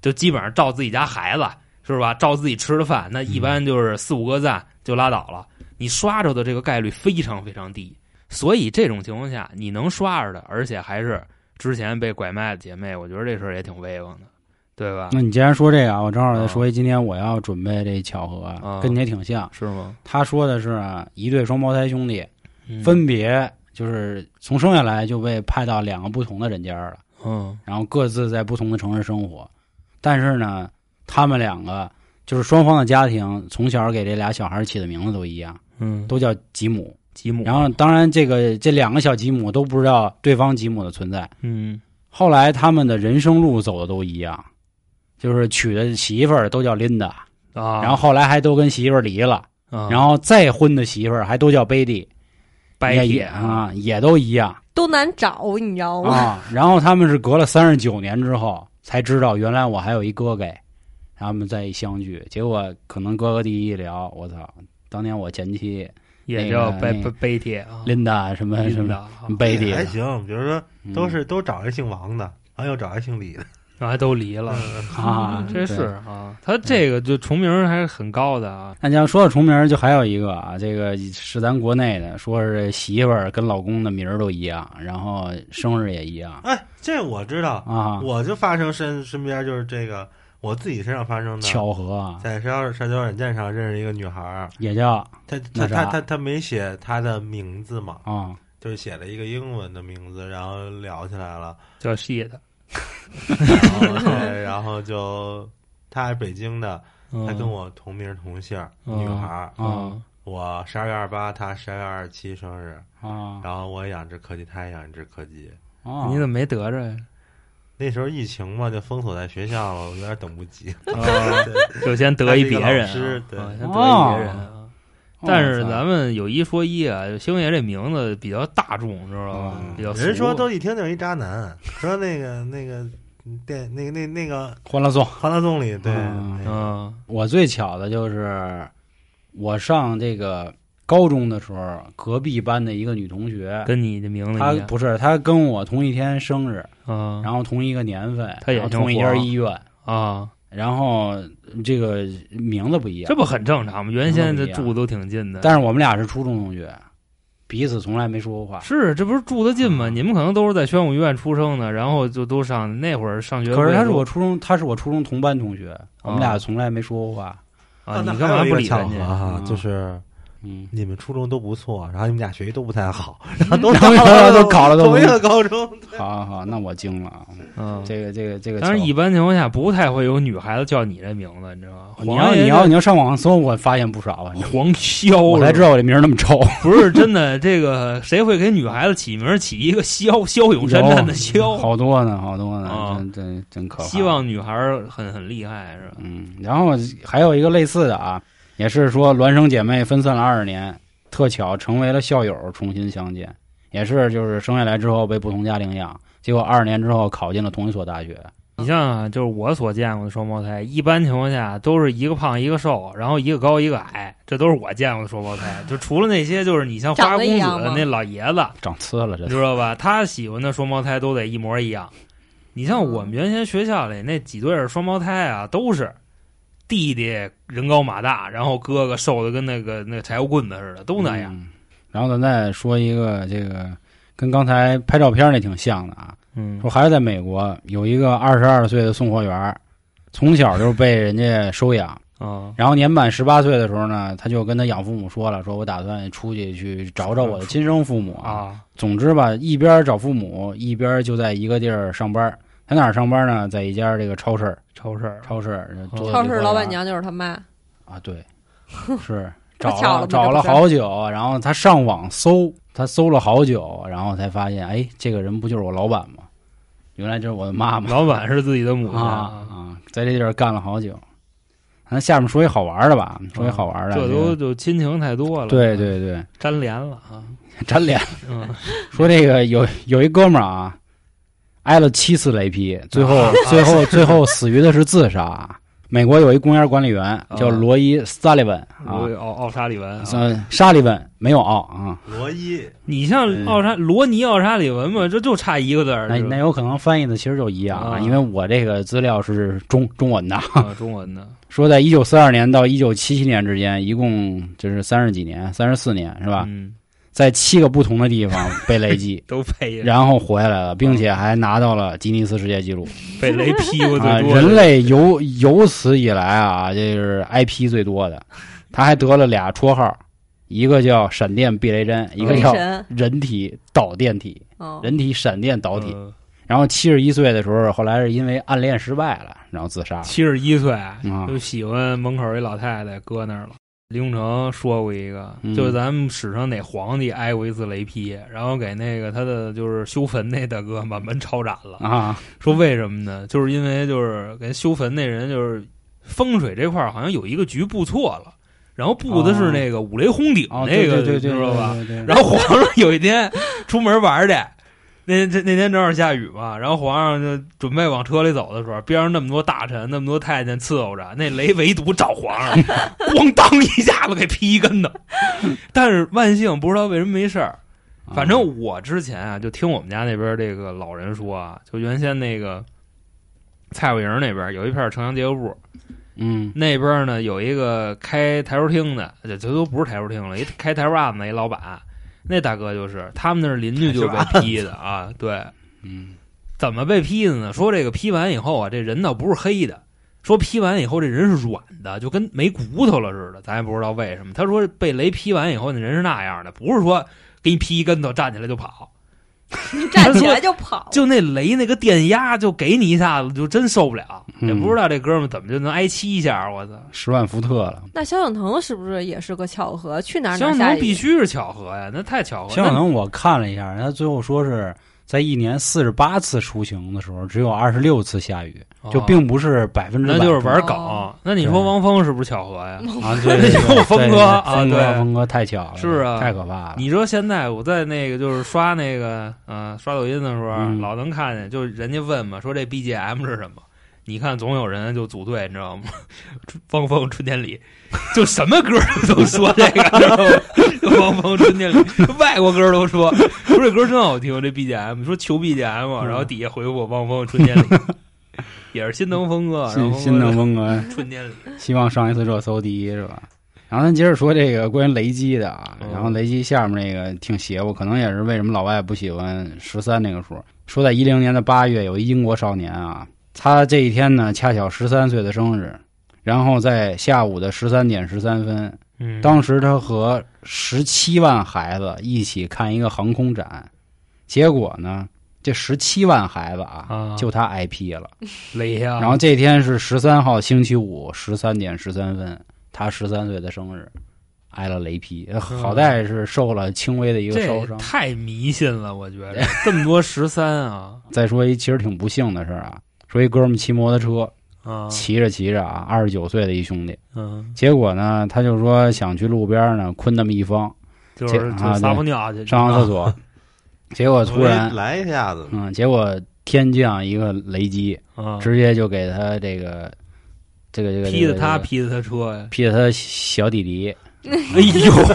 Speaker 3: 就基本上照自己家孩子是吧？照自己吃的饭，那一般就是四五个赞就拉倒了。你刷着的这个概率非常非常低。所以这种情况下，你能刷着的，而且还是之前被拐卖的姐妹，我觉得这事儿也挺威风的，对吧？
Speaker 1: 那你既然说这个啊，我正好再
Speaker 3: 啊
Speaker 1: 说一，今天我要准备这巧合啊，
Speaker 3: 啊
Speaker 1: 跟你也挺像。
Speaker 3: 是吗？
Speaker 1: 他说的是啊，一对双胞胎兄弟
Speaker 3: 嗯
Speaker 1: 分别就是从生下来就被派到两个不同的人家了，
Speaker 3: 嗯
Speaker 1: 然后各自在不同的城市生活。但是呢，他们两个就是双方的家庭从小给这俩小孩起的名字都一样，
Speaker 3: 嗯，
Speaker 1: 都叫吉姆。
Speaker 3: 吉姆，
Speaker 1: 然后当然这个这两个小吉姆都不知道对方吉姆的存在。
Speaker 3: 嗯
Speaker 1: 后来他们的人生路走的都一样，就是娶的媳妇儿都叫琳达，
Speaker 3: 啊，
Speaker 1: 然后后来还都跟媳妇儿离了，
Speaker 3: 啊
Speaker 1: 然后再婚的媳妇儿还都叫贝蒂，
Speaker 3: 白
Speaker 1: 也
Speaker 3: 铁
Speaker 1: 也啊也都一样
Speaker 4: 都难找，你知
Speaker 3: 哦
Speaker 4: 道吗？
Speaker 1: 啊。然后他们是隔了三十九年之后才知道，原来我还有一哥哥，然后他们再一相聚，结果可能哥哥第一聊，我操，当年我前妻
Speaker 3: 也
Speaker 1: 那
Speaker 3: 叫
Speaker 1: 个
Speaker 3: 白
Speaker 1: 那
Speaker 3: 白白铁啊，
Speaker 1: 琳达什么什
Speaker 3: 琳达
Speaker 1: 么
Speaker 3: 啊
Speaker 1: 贝蒂
Speaker 5: 哎还行，比如说
Speaker 1: 嗯
Speaker 5: 都是都找一姓王的，然后又找一姓李的，嗯
Speaker 3: 然后还都离了，
Speaker 1: 啊，
Speaker 3: 真
Speaker 1: 对嗯
Speaker 3: 是啊，他这个就重名儿还是很高的啊，
Speaker 1: 那你要说到重名儿，就还有一个啊，这个是咱国内的，说是媳妇儿跟老公的名儿都一样，然后生日也一样
Speaker 3: 啊
Speaker 5: 哎，这我知道，
Speaker 1: 啊，
Speaker 5: 我就发生身身边就是这个，我自己身上发生的。
Speaker 1: 巧合啊，
Speaker 5: 在社交社交软件上认识一个女孩儿，
Speaker 1: 也叫
Speaker 5: 她
Speaker 1: 那
Speaker 5: 她
Speaker 1: 啥
Speaker 5: 她她她没写她的名字嘛，
Speaker 1: 啊，
Speaker 5: 就是写了一个英文的名字，然后聊起来 了，
Speaker 3: 叫 shit，
Speaker 5: 然后对然后就她是北京的，
Speaker 3: 他
Speaker 5: 她跟我同名同姓儿，
Speaker 3: 嗯
Speaker 5: 女孩儿，
Speaker 1: 啊
Speaker 5: 我十二月二八，她十二月二十七生日，
Speaker 3: 嗯
Speaker 1: 啊
Speaker 5: 然后我养只柯基，她也养一只柯基。
Speaker 1: 啊！
Speaker 3: 你怎么没得着 呀？
Speaker 5: 那时候疫情嘛，就封锁在学校了，我有点等不及。
Speaker 3: 啊就先得一别人
Speaker 5: 他是一个老师对
Speaker 3: 啊，啊先得一别人啊。但是
Speaker 1: 哦
Speaker 3: 咱们有一说一啊，就星爷这名字比较大众，知道吧
Speaker 1: 嗯？
Speaker 3: 比较俗
Speaker 5: 人说都一听就是一渣男，说那个那个电那个那那个《
Speaker 1: 欢乐颂，
Speaker 5: 欢乐颂》里对，
Speaker 1: 嗯
Speaker 5: 那个
Speaker 3: 嗯
Speaker 1: 我最巧的就是我上这个高中的时候，隔壁班的一个女同学，
Speaker 3: 跟你的名字
Speaker 1: 她
Speaker 3: 一样
Speaker 1: 不是她跟我同一天生日，
Speaker 3: 啊
Speaker 1: 然后同一个年份，
Speaker 3: 她也
Speaker 1: 然后
Speaker 3: 姓
Speaker 1: 同一
Speaker 3: 黄
Speaker 1: 家医院。
Speaker 3: 啊，
Speaker 1: 然后这个名字不一样
Speaker 3: 这，不很正常吗？原先这
Speaker 1: 不一样
Speaker 3: 住都挺近的，
Speaker 1: 但是我们俩是初中同学，彼此从来没说过话。
Speaker 3: 是这不是住得近
Speaker 1: 啊
Speaker 3: 吗？你们可能都是在宣武医院出生的，然后就都上那会儿上学不都。
Speaker 1: 可是他是我啊初中，他是我初中同班同学，我们俩从来没说过话。
Speaker 3: 啊，
Speaker 5: 那还
Speaker 3: 你干
Speaker 5: 有
Speaker 3: 嘛
Speaker 5: 一
Speaker 3: 不
Speaker 5: 个
Speaker 3: 理
Speaker 5: 巧
Speaker 3: 人
Speaker 5: 合
Speaker 3: 家？
Speaker 5: 哈
Speaker 1: 嗯？
Speaker 5: 就是
Speaker 1: 嗯，
Speaker 5: 你们初中都不错，然后你们俩学习都不太好，然后都
Speaker 1: 都考了都
Speaker 5: 同一个高中，
Speaker 1: 好好好，那我惊了啊！
Speaker 3: 嗯，
Speaker 1: 这个这个这个巧，
Speaker 3: 但是一般情况下不太会有女孩子叫你这名字，你知道吗？
Speaker 1: 你要
Speaker 3: 黄爷
Speaker 1: 你要你要上网搜，我发现不少啊。
Speaker 3: 黄潇，
Speaker 1: 我才知道我这名儿那么臭。
Speaker 3: 不是真的。这个谁会给女孩子起名儿起一个骁 骁勇善战的骁？
Speaker 1: 好多呢，好多呢，
Speaker 3: 啊
Speaker 1: 真真真可怕。
Speaker 3: 希望女孩儿很很厉害是吧？
Speaker 1: 嗯，然后还有一个类似的啊，也是说孪生姐妹分散了二十年，特巧成为了校友，重新相见，也是就是生下来之后被不同家领养，结果二十年之后考进了同一所大学。
Speaker 3: 你像啊，就是我所见过的双胞胎，一般情况下都是一个胖一个瘦，然后一个高一个矮，这都是我见过的双胞胎。就除了那些，就是你像花
Speaker 4: 长
Speaker 3: 公
Speaker 4: 得
Speaker 3: 子
Speaker 4: 一样吗
Speaker 3: 那老爷子，
Speaker 1: 长刺了，这
Speaker 3: 你知道吧？他喜欢的双胞胎都得一模一样。你像我们原先学校里那几对儿双胞胎啊，都是弟弟人高马大，然后哥哥瘦的跟那个那柴火棍子似的，都那样。
Speaker 1: 嗯然后咱再说一个这个，跟刚才拍照片那挺像的啊。
Speaker 3: 嗯
Speaker 1: 说还是在美国，有一个二十二岁的送货员儿，从小就被人家收养，
Speaker 3: 啊，
Speaker 1: 然后年满十八岁的时候呢，他就跟他养父母说了，说我打算出去去找找我的亲生父母
Speaker 3: 啊，
Speaker 1: 总之吧，一边找父母，一边就在一个地儿上班。在哪儿上班呢？在一家这个超市，
Speaker 3: 超市
Speaker 1: 超市，呃做
Speaker 4: 哦超市
Speaker 3: 啊
Speaker 1: 理货
Speaker 4: 老板
Speaker 1: 员
Speaker 4: 娘就是他妈，
Speaker 1: 啊， 对，是
Speaker 4: 这
Speaker 1: 找
Speaker 4: 不
Speaker 1: 找
Speaker 4: 巧了吗这
Speaker 1: 了
Speaker 4: 不是
Speaker 1: 好久，然后他上网搜，他搜了好久，然后才发现，哎，这个人不就是我老板吗？原来这是我的妈妈。
Speaker 3: 老板是自己的母亲
Speaker 1: 啊啊，在这地儿干了好久。那下面说一好玩的吧，说一好玩的，
Speaker 3: 这都就亲情太多了，
Speaker 1: 啊对对对，
Speaker 3: 粘连了啊。
Speaker 1: 粘脸。
Speaker 3: 嗯，
Speaker 1: 说这个有有一哥们儿
Speaker 3: 啊
Speaker 1: 啊，挨了七次雷劈，最后、最后最后死于的是自杀。美国有一公园管理员叫罗伊·萨利文啊
Speaker 3: 啊罗，奥奥沙利文啊，嗯
Speaker 1: 呃，沙利文没有奥啊，
Speaker 5: 罗伊
Speaker 3: 你像奥沙罗尼奥沙里文嘛，这就差一个字儿，
Speaker 1: 嗯那
Speaker 3: 是吧
Speaker 1: 那有可能翻译的其实就一样啊，
Speaker 3: 啊
Speaker 1: 因为我这个资料是中中文的，
Speaker 3: 啊中文的
Speaker 1: 说在一九四二年到一九七七年之间，一共就是三十几年，三十四年是吧？
Speaker 3: 嗯，，
Speaker 1: 在七个不同的地方被雷击
Speaker 3: 都被
Speaker 1: 然后活下来了，并且还拿到了吉尼斯世界纪录
Speaker 3: 被雷劈过
Speaker 1: 啊！
Speaker 3: 最多的。呃
Speaker 1: 人类由由此以来啊，这是 IP 最多的。他还得了俩绰号，一个叫闪电避雷针，
Speaker 3: 嗯
Speaker 1: 一个
Speaker 4: 雷
Speaker 1: 叫
Speaker 4: 神，
Speaker 1: 人体导电体，
Speaker 3: 哦
Speaker 4: 嗯，
Speaker 1: 人体闪电导体。
Speaker 3: 体
Speaker 1: 然后七十一岁的时候，后来是因为暗恋失败了，然后自杀了。
Speaker 3: 七十一岁
Speaker 1: 嗯
Speaker 3: 就喜欢门口一老太太搁那儿了。李永成说过一个，
Speaker 1: 嗯
Speaker 3: 就是咱们史上哪皇帝挨过一次雷劈，然后给那个他的就是修坟那大哥满门抄斩了。
Speaker 1: 啊，
Speaker 3: 说为什么呢？就是因为就是给修坟那人就是风水这块儿好像有一个局布错了，然后布的是那个五雷轰顶
Speaker 1: 哦，
Speaker 3: 那个，
Speaker 1: 对对对对，
Speaker 3: 你知道吧？
Speaker 1: 对？对对
Speaker 3: 然后皇上有一天出门玩儿去，那这那天正好下雨嘛，然后皇上就准备往车里走的时候，边上那么多大臣、那么多太监伺候着，那雷唯独找皇上， 咣当一下子给劈一跟头。 但是万幸不知道为什么没事儿，
Speaker 1: 啊
Speaker 3: 反正我之前啊就听我们家那边这个老人说啊，就原先那个蔡小营那边有一片城乡结合部，
Speaker 1: 嗯
Speaker 3: 那边呢有一个开台球厅的，这这都不是台球厅了，一开台球 up 的一老板，那大哥就是他们那儿邻居就被劈的啊，对，
Speaker 1: 嗯
Speaker 3: 怎么被劈的呢？说这个劈完以后啊，这人倒不是黑的，说劈完以后这人是软的，就跟没骨头了似的，咱也不知道为什么。他说被雷劈完以后那人是那样的，不是说给你劈一跟头站起来就跑，
Speaker 4: 站起来就跑，
Speaker 3: 就那雷那个电压就给你一下子就真受不了，也
Speaker 1: 嗯
Speaker 3: 不知道这哥们怎么就能挨七一下，我操！
Speaker 1: 十万伏特了。
Speaker 4: 那肖景腾是不是也是个巧合？去哪儿哪
Speaker 3: 肖
Speaker 4: 儿
Speaker 3: 景
Speaker 4: 下
Speaker 3: 腾
Speaker 4: 雨
Speaker 3: 必须是巧合呀，那太巧合。
Speaker 1: 肖可能我看了一下，他最后说是在一年四十八次出行的时候，只有二十六次下雨，
Speaker 3: 那
Speaker 1: 就并不是百分之
Speaker 3: 哦那
Speaker 1: 百。
Speaker 3: 就是玩梗
Speaker 4: 哦。
Speaker 3: 那你说汪峰是不是巧合呀？
Speaker 1: 啊，对，对
Speaker 3: 那就
Speaker 1: 对
Speaker 3: 峰
Speaker 1: 对
Speaker 3: 哥
Speaker 1: 对
Speaker 3: 啊
Speaker 1: 峰哥，
Speaker 3: 对
Speaker 1: 峰哥太巧了，
Speaker 3: 是不是啊
Speaker 1: 太可怕了。
Speaker 3: 你说现在我在那个就是刷那个呃刷抖音的时候，
Speaker 1: 嗯
Speaker 3: 老能看见，就是人家问嘛，说这 BGM 是什么？你看总有人就组队，你知道吗？ 汪峰春天里，就什么歌都说这 个，知道吗？汪峰春天里，外国歌都说，说这歌真好听，这 BGM 说求 BGM，啊然
Speaker 1: 嗯
Speaker 3: 后底下回复汪峰春天里， 也是心疼峰哥，然
Speaker 1: 新
Speaker 3: 后
Speaker 1: 新的风格，
Speaker 3: 春天里。
Speaker 1: 希望上一次热搜第一是吧？然后咱接着说这个关于雷击的啊，
Speaker 3: 嗯
Speaker 1: 然后雷击下面那个挺邪乎，可能也是为什么老外不喜欢十三那个数。说在一零年的八月，有一英国少年啊，他这一天呢恰巧十三岁的生日，然后在下午的十三点十三分，
Speaker 3: 嗯
Speaker 1: 当时他和十七万孩子一起看一个航空展，结果呢，这十七万孩子啊，
Speaker 3: 啊，
Speaker 1: 就他挨批了。
Speaker 3: 雷呀、
Speaker 1: 然后这天是十三号星期五十三点十三分，他十三岁的生日，挨了雷劈，呃好在是受了轻微的一个烧
Speaker 3: 嗯这
Speaker 1: 伤。
Speaker 3: 太迷信了，我觉得这么多十三啊
Speaker 1: 再说一其实挺不幸的事儿啊，说一哥们骑摩托车，
Speaker 3: 啊
Speaker 1: 骑着骑着啊，二十九岁的一兄弟，
Speaker 3: 嗯，
Speaker 1: 结果呢，他就说想去路边儿呢困那么一方，
Speaker 3: 就是
Speaker 1: 这啊
Speaker 3: 就撒泡尿去
Speaker 1: 上上厕所，
Speaker 3: 啊
Speaker 1: 结果突然
Speaker 3: 哎
Speaker 5: 来一下 子，
Speaker 1: 嗯，结果天降一个雷击，
Speaker 3: 啊，
Speaker 1: 直接就给他这个这个这个
Speaker 3: 劈
Speaker 1: 这
Speaker 3: 的
Speaker 1: 个这
Speaker 3: 他
Speaker 1: 个，
Speaker 3: 劈的他车呀
Speaker 1: 劈的他小弟弟，
Speaker 3: 哎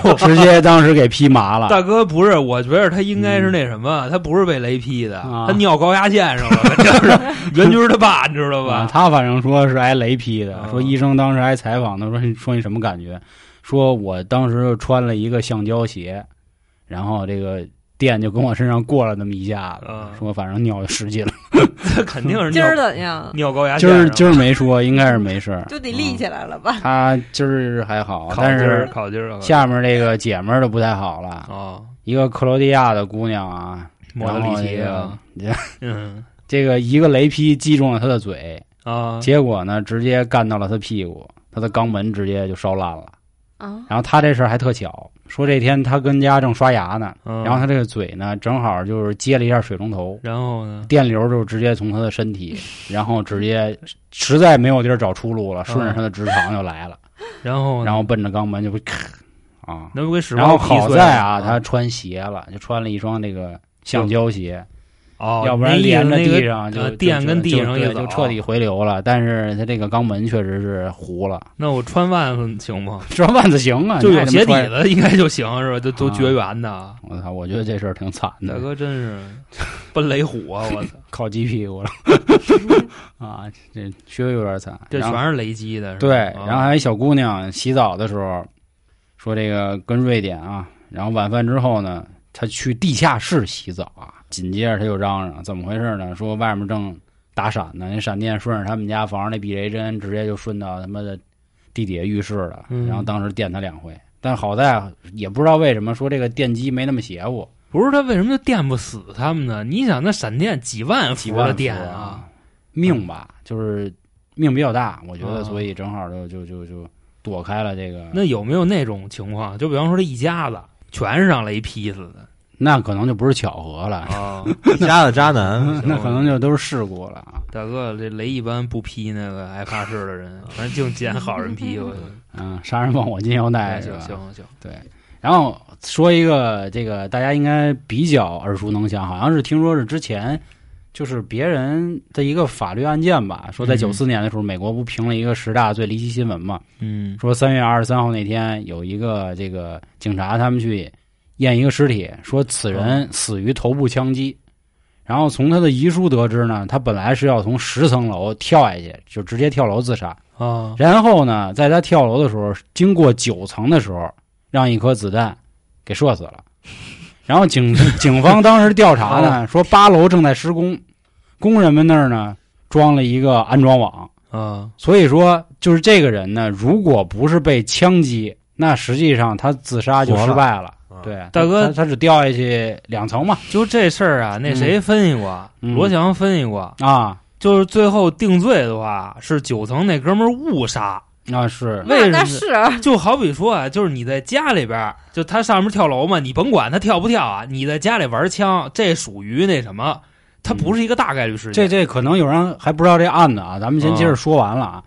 Speaker 3: 呦，
Speaker 1: 直接当时给劈麻了。
Speaker 3: 大哥不是，我觉得他应该是那什么，他不是被雷劈的，
Speaker 1: 嗯啊
Speaker 3: 他尿高压线上了，就是 袁军他爸，你知道
Speaker 1: 啊
Speaker 3: 吧？
Speaker 1: 他反正说是挨雷劈的，
Speaker 3: 啊
Speaker 1: 说医生当时还采访他说你说你什么感觉？说我当时就穿了一个橡胶鞋，然后这个电就跟我身上过了那么一下子，
Speaker 3: 啊
Speaker 1: 说反正尿十几了。
Speaker 3: 他肯定是
Speaker 4: 今
Speaker 3: 尿
Speaker 4: 儿怎样？
Speaker 3: 尿高压
Speaker 1: 今
Speaker 3: 线
Speaker 1: 儿
Speaker 3: 上
Speaker 1: 今儿没说，应该是没事儿。
Speaker 4: 就得立起来了吧？
Speaker 1: 他今儿还好，
Speaker 3: 烤
Speaker 1: 但
Speaker 3: 筋儿
Speaker 1: 是
Speaker 3: 烤筋儿
Speaker 1: 下面这个姐们儿就不太好了。
Speaker 3: 啊，
Speaker 1: 一个克罗地亚的姑娘啊，
Speaker 3: 莫德
Speaker 1: 然后
Speaker 3: 里
Speaker 1: 这
Speaker 3: 奇
Speaker 1: 个
Speaker 3: 啊，嗯
Speaker 1: 这个一个雷劈击中了她的嘴，
Speaker 3: 啊，
Speaker 1: 结果呢，直接干到了她屁股，她的肛门直接就烧烂了。
Speaker 4: 啊，
Speaker 1: 然后她这事儿还特巧，说这天她跟家正刷牙呢，
Speaker 3: 然
Speaker 1: 然后她这个嘴呢，正好就是接了一下水龙头，
Speaker 3: 嗯然后呢？
Speaker 1: 电流就直接从她的身体，然后直接实在没有地儿找出路了，顺着她的直肠就来了，
Speaker 3: 然后呢
Speaker 1: 然后奔着肛门就会咔啊，
Speaker 3: 嗯那不给屎
Speaker 1: 然
Speaker 3: 包
Speaker 1: 后
Speaker 3: 劈碎
Speaker 1: 好啊
Speaker 3: 了啊
Speaker 1: 在啊，他穿鞋了，就穿了一双那个橡胶鞋，
Speaker 3: 哦，
Speaker 1: 要不然连着
Speaker 3: 那
Speaker 1: 地
Speaker 3: 个
Speaker 1: 上就
Speaker 3: 呃电跟地上
Speaker 1: 也就
Speaker 3: 也早
Speaker 1: 彻底回流了。但是它这个肛门确实是糊了，
Speaker 3: 那我穿袜子行吗？
Speaker 1: 穿袜子行啊，
Speaker 3: 就
Speaker 1: 你
Speaker 3: 有
Speaker 1: 还他妈
Speaker 3: 鞋底
Speaker 1: 穿。
Speaker 3: 子应该就行是吧？就都
Speaker 1: 啊嗯
Speaker 3: 绝 缘的。
Speaker 1: 我操！我觉得这事儿挺惨
Speaker 3: 大
Speaker 1: 的，
Speaker 3: 哥真是奔雷虎啊！ 我操，
Speaker 1: 靠鸡屁股了 啊！这确实有点惨。
Speaker 3: 这
Speaker 1: 然后
Speaker 3: 全是雷击的。是吧
Speaker 1: 对，
Speaker 3: 啊
Speaker 1: 然后还有一小姑娘洗澡的时候说这个跟瑞典啊，然后晚饭之后呢，她去地下室洗澡啊，紧接着她就嚷嚷怎么回事呢？说外面正打闪呢，那闪电顺着他们家房那避雷针直接就顺到他妈的地底下浴室了，
Speaker 3: 嗯
Speaker 1: 然后当时电她两回，但好在也不知道为什么说这个电机没那么邪乎，
Speaker 3: 不是他为什么就电不死他们呢？你想那闪电嗯几万
Speaker 1: 几
Speaker 3: 伏
Speaker 1: 万
Speaker 3: 的
Speaker 1: 伏
Speaker 3: 电
Speaker 1: 啊，命吧，就是命比较大，我觉得，
Speaker 3: 啊
Speaker 1: 所以正好就就就就躲开了这个
Speaker 3: 那有没有那种情况？就比方说这一家子全是让雷劈死的
Speaker 1: 那可能就不是巧合了，
Speaker 3: 啊！
Speaker 5: 一家子渣男，
Speaker 1: 那可能就都是事故了啊。
Speaker 3: 大哥，这雷一般不劈那个爱发誓的人，咱净捡好人劈我。
Speaker 1: 嗯，杀人放火金腰带
Speaker 3: 哎
Speaker 1: 是吧
Speaker 3: 行？行行，
Speaker 1: 对。然后说一个这个大家应该比较耳熟能详，好像是听说是之前就是别人的一个法律案件吧，说在
Speaker 3: 嗯
Speaker 1: 九四年的时候，美国不评了一个十大最离奇新闻嘛？
Speaker 3: 嗯
Speaker 1: 说三月二十三号那天有一个这个警察他们去验一个尸体，说此人死于头部枪击。然后从他的遗书得知呢，他本来是要从十层楼跳下去，就直接跳楼自杀。
Speaker 3: 啊，
Speaker 1: 然后呢，在他跳楼的时候，经过九层的时候，让一颗子弹给射死了。然后警警方当时调查呢，说八楼正在施工，工人们那儿呢装了一个安装网，
Speaker 3: 啊，
Speaker 1: 所以说就是这个人呢，如果不是被枪击，那实际上他自杀就
Speaker 5: 活了
Speaker 1: 失败了。
Speaker 5: 啊
Speaker 1: 对，
Speaker 3: 大哥
Speaker 1: 他他只掉下去两层嘛
Speaker 3: 就这事儿啊，那谁分析过？
Speaker 1: 嗯
Speaker 3: 罗翔分析过，
Speaker 1: 啊
Speaker 3: 就是最后定罪的话是九层那哥们儿误杀，
Speaker 1: 啊是
Speaker 3: 为什么
Speaker 4: 那是
Speaker 3: 就好比说啊，就是你在家里边儿，就他上面跳楼嘛，你甭管他跳不跳啊，你在家里玩枪，这属于那什么，它不是一个大概率事
Speaker 1: 这
Speaker 3: 件。
Speaker 1: 这可能有人还不知道这案子啊，咱们先接着说完了啊。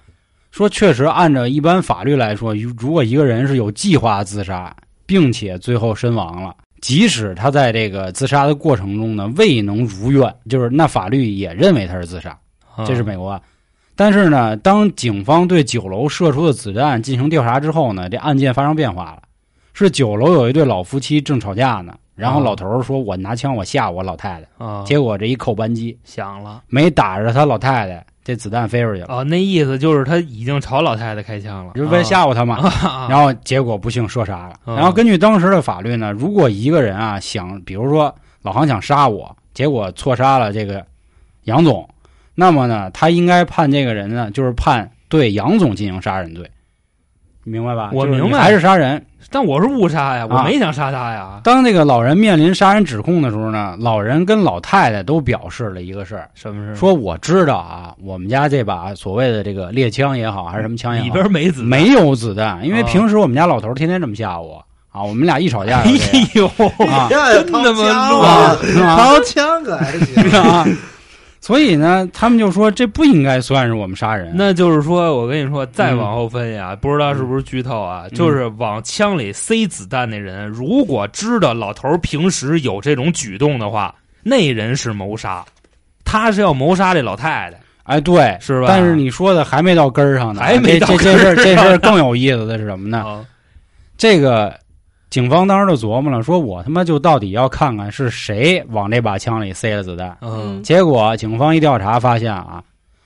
Speaker 1: 说确实，按照一般法律来说，如果一个人是有计划自杀，并且最后身亡了，即使他在这个自杀的过程中呢未能如愿，就是那法律也认为他是自杀，
Speaker 3: 啊
Speaker 1: 这是美国啊。但是呢，当警方对九楼射出的子弹进行调查之后呢，这案件发生变化了，是九楼有一对老夫妻正吵架呢，然后
Speaker 3: 啊
Speaker 1: 老头儿说：“我拿枪，我吓我老太太。”
Speaker 3: 啊，
Speaker 1: 结果这一扣扳机，
Speaker 3: 想了
Speaker 1: 没打着他老太太，这子弹飞出去了，
Speaker 3: 啊，那意思就是他已经朝老太太开枪了，
Speaker 1: 就为了吓唬他嘛。
Speaker 3: 啊
Speaker 1: 然后结果不幸射杀了。
Speaker 3: 啊
Speaker 1: 然后根据当时的法律呢，如果一个人啊想，比如说老航想杀我，结果错杀了这个杨总，那么呢，他应该判这个人呢，就是判对杨总进行杀人罪，明白吧？
Speaker 3: 我
Speaker 1: 就是你
Speaker 3: 明白
Speaker 1: 还是杀人。
Speaker 3: 但我是误杀呀，我
Speaker 1: 啊
Speaker 3: 没想杀他呀，
Speaker 1: 当这个老人面临杀人指控的时候呢，老人跟老太太都表示了一个事儿，
Speaker 3: 什么事？
Speaker 1: 说我知道啊，我们家这把所谓的这个猎枪也好，还是什么枪也好，
Speaker 3: 里边没子 弹，
Speaker 1: 哎没有子弹，因为
Speaker 3: 啊
Speaker 1: 平时我们家老头儿天天这么吓我啊，我们俩一吵架
Speaker 3: 哎
Speaker 1: 就这样
Speaker 3: 呦，
Speaker 1: 啊
Speaker 5: 真
Speaker 3: 他妈
Speaker 1: 啊
Speaker 3: 乱
Speaker 1: 啊
Speaker 5: 掏枪可还行，
Speaker 1: 啊，所以呢，他们就说这不应该算是我们杀人。
Speaker 3: 那就是说，我跟你说，再往后分析啊，不知道是不是剧透啊，就是往枪里塞子弹那人，如果知道老头儿平时有这种举动的话，那人是谋杀，他是要谋杀这老太太，
Speaker 1: 哎，对，
Speaker 3: 是吧？
Speaker 1: 但是你说的还没到根儿上呢，
Speaker 3: 还没到
Speaker 1: 这这这事儿，
Speaker 3: 根儿
Speaker 1: 这
Speaker 3: 上呢
Speaker 1: 事儿更有意思的是什么呢？
Speaker 3: 啊，
Speaker 1: 这个警方当时就琢磨了，说我他妈就到底要看看是谁往这把枪里塞了子弹。
Speaker 3: 嗯
Speaker 1: 结果警方一调查发现啊，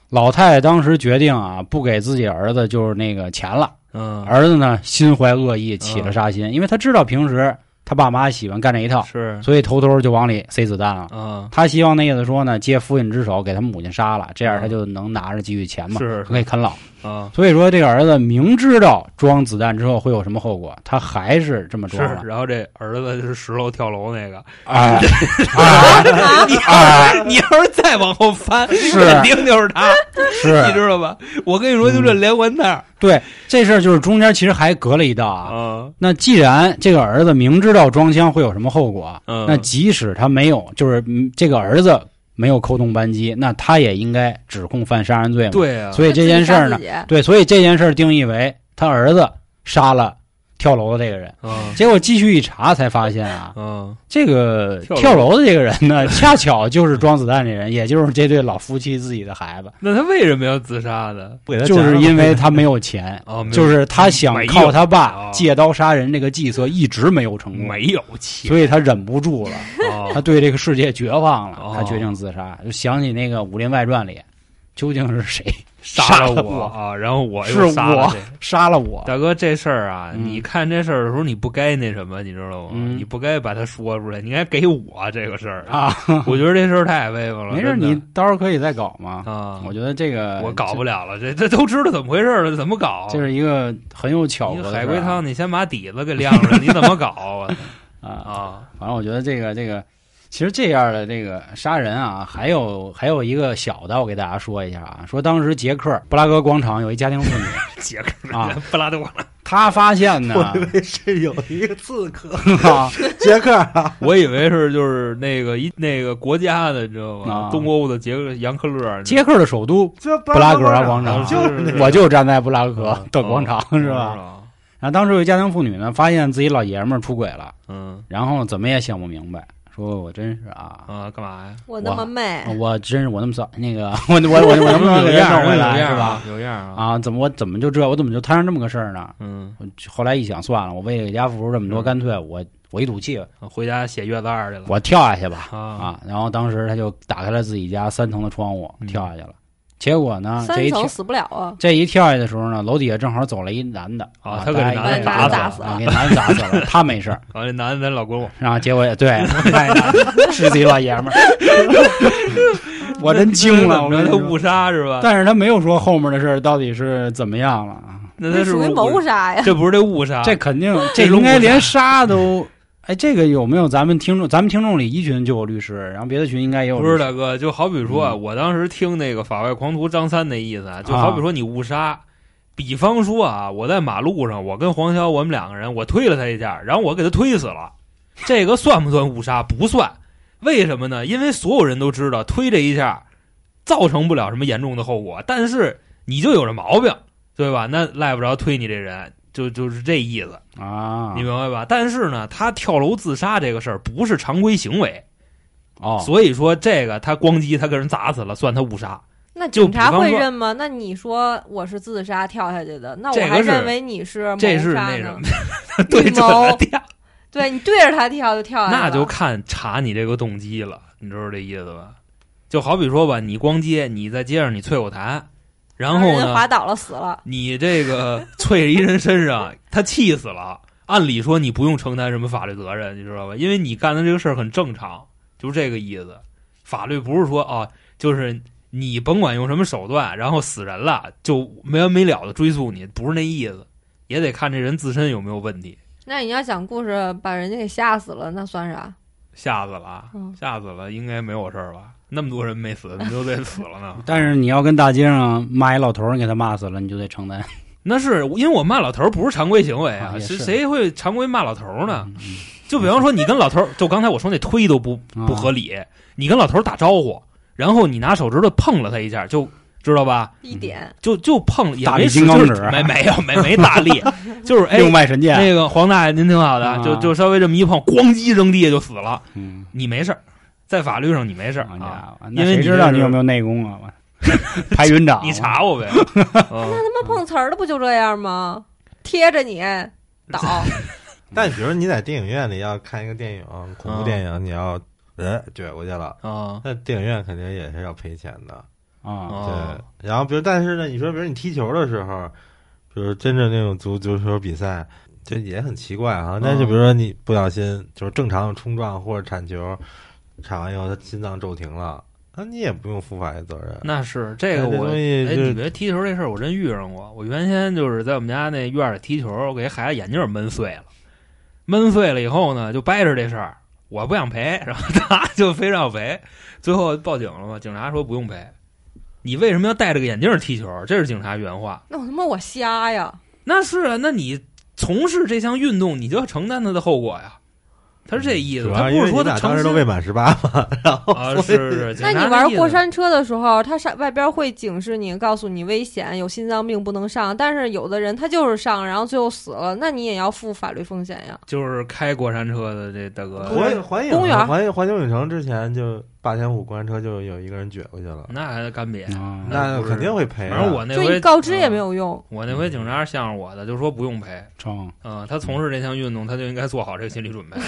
Speaker 1: 老太太当时决定啊不给自己儿子就是那个钱了。
Speaker 3: 嗯，
Speaker 1: 儿子呢心怀恶意，起了杀心，因为他知道平时他爸妈喜欢干这一套，
Speaker 3: 是
Speaker 1: 所以偷偷就往里塞子弹了。
Speaker 3: 啊，
Speaker 1: 他希望那意思说呢，借父亲之手给他母亲杀了，这样
Speaker 3: 嗯
Speaker 1: 他就能拿着继续钱嘛，
Speaker 3: 是
Speaker 1: 可以啃老。
Speaker 3: 啊，
Speaker 1: 所以说这个儿子明知道装子弹之后会有什么后果，他还是这么
Speaker 3: 是
Speaker 1: 装了。。
Speaker 3: 然后这儿子就是十楼跳楼那个，
Speaker 1: 哎，
Speaker 3: 你要是你要是再往后翻，肯定就是他，你
Speaker 1: 是
Speaker 3: 知道吧？我跟你说，就这连环套
Speaker 1: 对这事儿，就是中间其实还隔了一道啊。
Speaker 3: 啊，
Speaker 1: 那既然这个儿子明知道装枪会有什么后果，
Speaker 3: 嗯，
Speaker 1: 那即使他没有，就是嗯这个儿子没有扣动扳机，那他也应该指控犯杀人罪嘛。
Speaker 3: 对啊，
Speaker 1: 所以这件事儿呢，
Speaker 4: 自己杀自己
Speaker 1: 对，所以这件事儿定义为他儿子杀了跳楼的这个人。
Speaker 3: 嗯
Speaker 1: 结果继续一查才发现啊，
Speaker 3: 嗯，
Speaker 1: 这个
Speaker 3: 跳楼
Speaker 1: 跳楼的这个人呢， 恰巧就是庄子弹这人，也就是这对老夫妻自己的孩子，
Speaker 3: 那他为什么要自杀呢？，
Speaker 5: 不给他
Speaker 1: 就
Speaker 5: 讲
Speaker 1: 是
Speaker 5: 了
Speaker 1: 因为他没有钱
Speaker 3: 哦， 没有
Speaker 1: 就是他想靠他
Speaker 3: 没
Speaker 1: 爸
Speaker 3: 有啊
Speaker 1: 借刀杀人这个计策一直没有成功，
Speaker 3: 没有钱，
Speaker 1: 所以他忍不住了，
Speaker 3: 哦
Speaker 1: 他对这个世界绝望了
Speaker 3: 哦，
Speaker 1: 他决定自杀。就想起那个《武林外传》里，究竟是谁
Speaker 3: 杀
Speaker 1: 了
Speaker 3: 我啊，然后我
Speaker 1: 是
Speaker 3: 又杀了
Speaker 1: 我
Speaker 3: 谁
Speaker 1: 杀了我？
Speaker 3: 大哥，这事儿啊，
Speaker 1: 嗯
Speaker 3: 你看这事儿的时候，你不该那什么，你知道吗？
Speaker 1: 嗯
Speaker 3: 你不该把它说出来，你应该给我这个事儿！
Speaker 1: 啊，
Speaker 3: 我觉得这事儿太威风了。
Speaker 1: 没事，
Speaker 3: 真的
Speaker 1: 你到时候可以再搞嘛。
Speaker 3: 啊，
Speaker 1: 我觉得这个
Speaker 3: 我搞不了了，这 这都知道怎么回事了，怎么搞？
Speaker 1: 这是一个很有巧
Speaker 3: 你
Speaker 1: 合的
Speaker 3: 海
Speaker 1: 事儿
Speaker 3: 龟
Speaker 1: 啊
Speaker 3: 汤，你先把底子给晾着，你怎么搞 啊？
Speaker 1: 啊。
Speaker 3: 啊，
Speaker 1: 反正我觉得这个这个，其实这样的这个杀人啊，还有还有一个小的，我给大家说一下啊，说当时捷克布拉格广场有一家庭 妇女，
Speaker 3: 杰克
Speaker 1: 啊
Speaker 3: 布拉多
Speaker 1: 她发现呢，
Speaker 5: 我以为是有一个刺 客
Speaker 1: 啊
Speaker 5: 杰克啊，
Speaker 3: 我以为是就是那个一那个国家的，你知道吗
Speaker 1: 啊？
Speaker 3: 东欧的杰克杨克勒，
Speaker 1: 捷克的首都
Speaker 5: 这布
Speaker 1: 拉格啊广场
Speaker 5: 就是那个
Speaker 1: 我就站在布拉格的
Speaker 3: 的
Speaker 1: 广场、
Speaker 3: 哦
Speaker 1: 是吧？？然后当时有一家庭妇女呢，发现自己老爷们儿出轨了，
Speaker 3: 嗯
Speaker 1: 然后怎么也想不明白，说我真是啊。
Speaker 3: 啊，干嘛呀？
Speaker 4: 我那么媚，
Speaker 1: 我真是我那么早，那个我我我我能不能
Speaker 3: 有
Speaker 1: 给
Speaker 3: 样
Speaker 1: 他
Speaker 3: 儿
Speaker 1: 弄回来
Speaker 3: 有样儿
Speaker 1: 是吧？？
Speaker 3: 有样儿啊！
Speaker 1: 啊，怎么我怎么就这我怎么就摊上这么个事儿呢？
Speaker 3: 嗯，
Speaker 1: 我后来一想，算了，我为给家付出这么多，
Speaker 3: 嗯
Speaker 1: 干脆我我一赌气，
Speaker 3: 回家写月子二去了
Speaker 1: 我跳下去吧
Speaker 3: 啊！
Speaker 1: 啊！然后当时他就打开了自己家三层的窗户
Speaker 3: 嗯，
Speaker 1: 跳下去了。结果呢，这
Speaker 4: 三
Speaker 1: 一跳
Speaker 4: 层死不了啊！
Speaker 1: 这一跳下去的时候呢，楼底下正好走了一男的
Speaker 3: 啊
Speaker 1: 啊，
Speaker 3: 他给
Speaker 1: 大
Speaker 3: 这
Speaker 1: 家
Speaker 3: 男的
Speaker 1: 也
Speaker 3: 打
Speaker 1: 打
Speaker 4: 死
Speaker 1: 了，啊
Speaker 4: 了
Speaker 1: 给男的打死了，他没事儿。
Speaker 3: 然后这男的跟老公，
Speaker 1: 然后结果也 对，是自己老爷们儿， 我真惊了，我
Speaker 3: 那
Speaker 1: 跟你说
Speaker 3: 他误杀是吧？
Speaker 1: 但是他没有说后面的事儿到底是怎么样了啊。
Speaker 3: 那他
Speaker 4: 这
Speaker 3: 是
Speaker 4: 属
Speaker 3: 不
Speaker 4: 于
Speaker 3: 是
Speaker 4: 谋杀呀！
Speaker 3: 这不是这误杀，啊
Speaker 1: 这肯定，
Speaker 3: 这
Speaker 1: 这
Speaker 3: 是
Speaker 1: 应该
Speaker 3: 误
Speaker 1: 连杀都。哎，这个有没有咱们听众？咱们听众里一群就有律师，然后别的群应该也有律
Speaker 3: 不
Speaker 1: 师。
Speaker 3: 是大哥，就好比说啊，
Speaker 1: 嗯
Speaker 3: 我当时听那个《法外狂徒》张三那意思啊，就
Speaker 1: 啊
Speaker 3: 好比说你误杀。比方说啊，我在马路上，我跟黄潇我们两个人，我推了他一下，然后我给他推死了，这个算不算误杀？不算，为什么呢？因为所有人都知道推这一下造成不了什么严重的后果，但是你就有这毛病，对吧？那赖不着推你这人，就就是这意思。
Speaker 1: 啊
Speaker 3: 你，明白吧？但是呢，他跳楼自杀这个事儿不是常规行为，
Speaker 1: 哦，？
Speaker 3: 所以说这个他咣叽他给人砸死了，算他误杀。
Speaker 4: 那
Speaker 3: 就
Speaker 4: 警察
Speaker 3: 比方
Speaker 4: 会
Speaker 3: 说
Speaker 4: 认吗？那你说我是自杀跳下去的，那
Speaker 3: 这
Speaker 4: 我
Speaker 3: 个
Speaker 4: 还
Speaker 3: 是
Speaker 4: 认为你是谋
Speaker 3: 这是
Speaker 4: 杀
Speaker 3: 那什
Speaker 4: 呢
Speaker 3: 么？， 对准了掉，
Speaker 4: 对你对着他跳就跳下去了，
Speaker 3: 那就看查你这个动机了，你知道这意思吧？就好比说吧，你逛街，你在街上你啐口痰，然后
Speaker 4: 让人
Speaker 3: 呢，
Speaker 4: 滑倒了死了，
Speaker 3: 你这个啐一人身上，他气死了。 按理说你不用承担什么法律责任，你知道吧？因为你干的这个事儿很正常，就是这个意思。法律不是说啊，就是你甭管用什么手段，然后死人了就没完没了的追诉你，不是那意思，也得看这人自身有没有问题。
Speaker 4: 那你要讲故事把人家给吓死了，那算啥？
Speaker 3: 吓死了啊
Speaker 4: 嗯，
Speaker 3: 吓死了，应该没有事儿吧？那么多人没死，怎么就得死了呢
Speaker 1: 但是你要跟大街上骂一老头儿，你给他骂死了，你就得承担。
Speaker 3: 那是因为我骂老头儿不是常规行为
Speaker 1: 啊，
Speaker 3: 啊
Speaker 1: 也
Speaker 3: 谁
Speaker 1: 是
Speaker 3: 谁会常规骂老头儿呢？
Speaker 1: 嗯？
Speaker 3: 就比方说，你跟老头儿，就刚才我说那推都不
Speaker 1: 嗯
Speaker 3: 不合理，你跟老头儿打招呼，然后你拿手指头碰了他一下，就知道吧？
Speaker 4: 一点
Speaker 3: 就就碰了，也
Speaker 1: 大力
Speaker 3: 没使
Speaker 1: 金刚
Speaker 3: 劲
Speaker 1: 指
Speaker 3: 儿，没没有没没大 力，就是哎，
Speaker 1: 用外神剑，
Speaker 3: 那个黄大爷您挺好的，
Speaker 1: 啊
Speaker 3: 就就稍微这么一碰，咣叽扔地下就死了，
Speaker 1: 嗯，
Speaker 3: 你没事儿，在法律上你没事儿
Speaker 1: 好
Speaker 3: 啊，
Speaker 1: 家伙，
Speaker 3: 因为
Speaker 1: 那谁
Speaker 3: 你
Speaker 1: 知道
Speaker 3: 这
Speaker 1: 你
Speaker 3: 是
Speaker 1: 有没有内功啊？我 排云掌，
Speaker 3: 你查 我呗。嗯
Speaker 4: 他妈碰瓷儿的不就这样吗？贴着你 倒，
Speaker 5: 但比如你在电影院里要看一个电影，恐怖电影，你要人撅过去了，
Speaker 3: 啊
Speaker 5: 那电影院肯定也是要赔钱的。
Speaker 1: 啊，
Speaker 3: 啊
Speaker 5: 对，然后比如但是呢，你说比如你踢球的时候，比如真正那种足足球比赛，这也很奇怪啊。但是比如说你不小心就是正常的冲撞或者铲球，铲完以后他心脏骤停了，那你也不用负法律责任。
Speaker 3: 那是这个
Speaker 5: 哎这
Speaker 3: 我
Speaker 5: 东西
Speaker 3: 哎，
Speaker 5: 就
Speaker 3: 你别踢球这事儿，我真遇上过。我原先就是在我们家那院儿里踢球，我给孩子眼镜儿闷碎了，闷碎了以后呢，就掰扯这事儿，我不想赔，然后 他就非让我赔，最后报警了嘛。警察说不用赔，你为什么要戴着个眼镜儿踢球？这是警察原话。
Speaker 4: 那我他妈我瞎呀！
Speaker 3: 那是啊，那你从事这项运动，你就要承担它的后果呀。他是这意思，
Speaker 5: 嗯主要
Speaker 3: 他不
Speaker 5: 因
Speaker 3: 是
Speaker 5: 为
Speaker 3: 说
Speaker 5: 你
Speaker 3: 他
Speaker 5: 俩当时
Speaker 3: 诚
Speaker 5: 都
Speaker 3: 心
Speaker 5: 未满十八嘛，然后
Speaker 3: 啊，是是。警
Speaker 4: 那
Speaker 3: 察
Speaker 4: 你玩
Speaker 3: 的意
Speaker 4: 过
Speaker 3: 思
Speaker 4: 山车的时候，它上外边会警示你，告诉你危险，有心脏病不能上。但是有的人他就是上，然后最后死了，那你也要负法律风险呀。
Speaker 3: 就是开过山车的这大哥，
Speaker 5: 环环影
Speaker 4: 公园
Speaker 5: 环环球影城之前就霸天虎过山车就有一个人撅过去了，
Speaker 3: 那还干瘪，
Speaker 1: 啊
Speaker 5: 那
Speaker 3: 不是
Speaker 5: 肯定会赔啊。
Speaker 3: 反正我那
Speaker 4: 就
Speaker 3: 回
Speaker 4: 你告知也没
Speaker 3: 嗯
Speaker 4: 有用。
Speaker 3: 我那回警察向着我的，就说不用赔。
Speaker 1: 成。
Speaker 3: 啊、他从事这项运动，他就应该做好这个心理准备。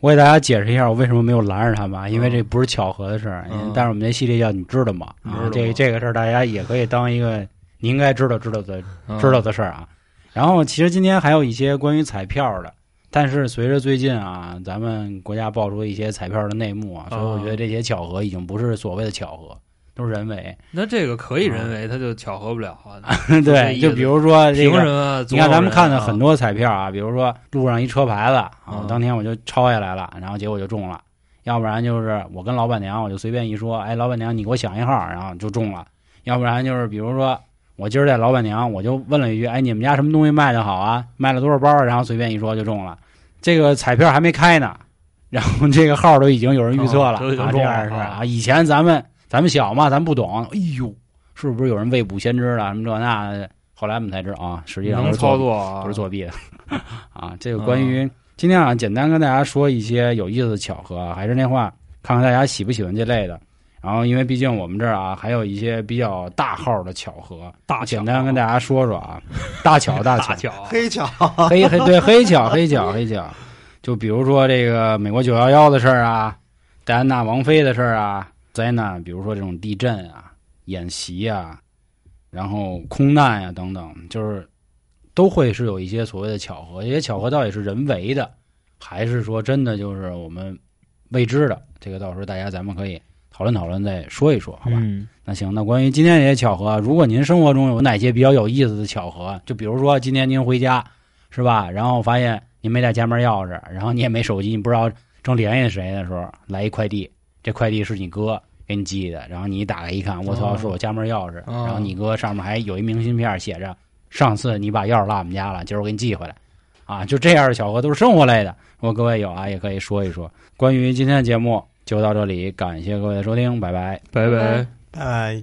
Speaker 1: 我给大家解释一下，我为什么没有拦着他们啊，因为
Speaker 3: 嗯
Speaker 1: 这不是巧合的事儿。
Speaker 3: 嗯
Speaker 1: 但是我们这系列叫你知道吗？
Speaker 3: 你知道
Speaker 1: 啊
Speaker 3: 吗，
Speaker 1: 这这个事儿大家也可以当一个你应该知道知道的
Speaker 3: 嗯
Speaker 1: 知道的事儿啊。然后其实今天还有一些关于彩票的，但是随着最近啊，咱们国家爆出一些彩票的内幕啊，所以我觉得这些巧合已经不是所谓的巧合，都是人为。
Speaker 3: 那这个可以
Speaker 1: 嗯
Speaker 3: 人为，他就巧合 不了啊。
Speaker 1: 对，就比如说这
Speaker 3: 凭什
Speaker 1: 个。
Speaker 3: 么？
Speaker 1: 你看，咱们看的
Speaker 3: 的
Speaker 1: 很，多彩票啊，比如说路上一车牌子啊，
Speaker 3: 嗯
Speaker 1: 我当天我就抄下来了，然后结果就中了；要不然就是我跟老板娘，我就随便一说，哎，老板娘你给我想一号，然后就中了；要不然就是比如说我今儿带老板娘，我就问了一句，哎，你们家什么东西卖的好啊？卖了多少包啊？然后随便一说就中了。这个彩票还没开呢，然后这个号都已经有人预测了，
Speaker 3: 哦都已经
Speaker 1: 啊
Speaker 3: 中
Speaker 1: 这
Speaker 3: 了
Speaker 1: 样是啊
Speaker 3: 啊。
Speaker 1: 以前咱们咱们小嘛，咱不懂，哎呦，是不是有人未卜先知了什么这那的？后来我们才知道啊，实际上
Speaker 3: 能
Speaker 1: 都是作
Speaker 3: 操
Speaker 1: 弊
Speaker 3: 作啊，嗯
Speaker 1: 都是作弊的啊。这个关于今天啊，简单跟大家说一些有意思的巧合啊，还是那话，看看大家喜不喜欢这类的。然后，因为毕竟我们这儿啊，还有一些比较大号的巧合，
Speaker 3: 大巧
Speaker 1: 简单跟大家说说啊，大巧大巧
Speaker 3: 大，巧。
Speaker 5: 黑巧，
Speaker 1: 黑黑对黑巧黑巧黑巧，就比如说这个美国九幺幺的事儿啊，戴安娜王妃的事儿啊，灾难，比如说这种地震啊、演习啊，然后空难呀、啊等等，就是都会是有一些所谓的巧合，这些巧合到底是人为的，还是说真的就是我们未知的？这个到时候大家咱们可以讨论讨论，再说一说，好吧？
Speaker 3: 嗯，
Speaker 1: 那行，那关于今天这些巧合啊，如果您生活中有哪些比较有意思的巧合，啊就比如说今天您回家是吧，然后发现您没带家门钥匙，然后你也没手机，你不知道正联系谁的时候，来一快递，这快递是你哥给你寄的，然后你一打开一看，我操，
Speaker 3: 哦
Speaker 1: 是我家门钥匙，
Speaker 3: 哦
Speaker 1: 然后你哥上面还有一明信片，写着上次你把钥匙落我们家了，今儿我给你寄回来，啊，就这样的巧合都是生活类的，如果各位有啊，也可以说一说。关于今天的节目就到这里，感谢各位的收听，拜拜。
Speaker 3: 拜拜。
Speaker 5: 哎。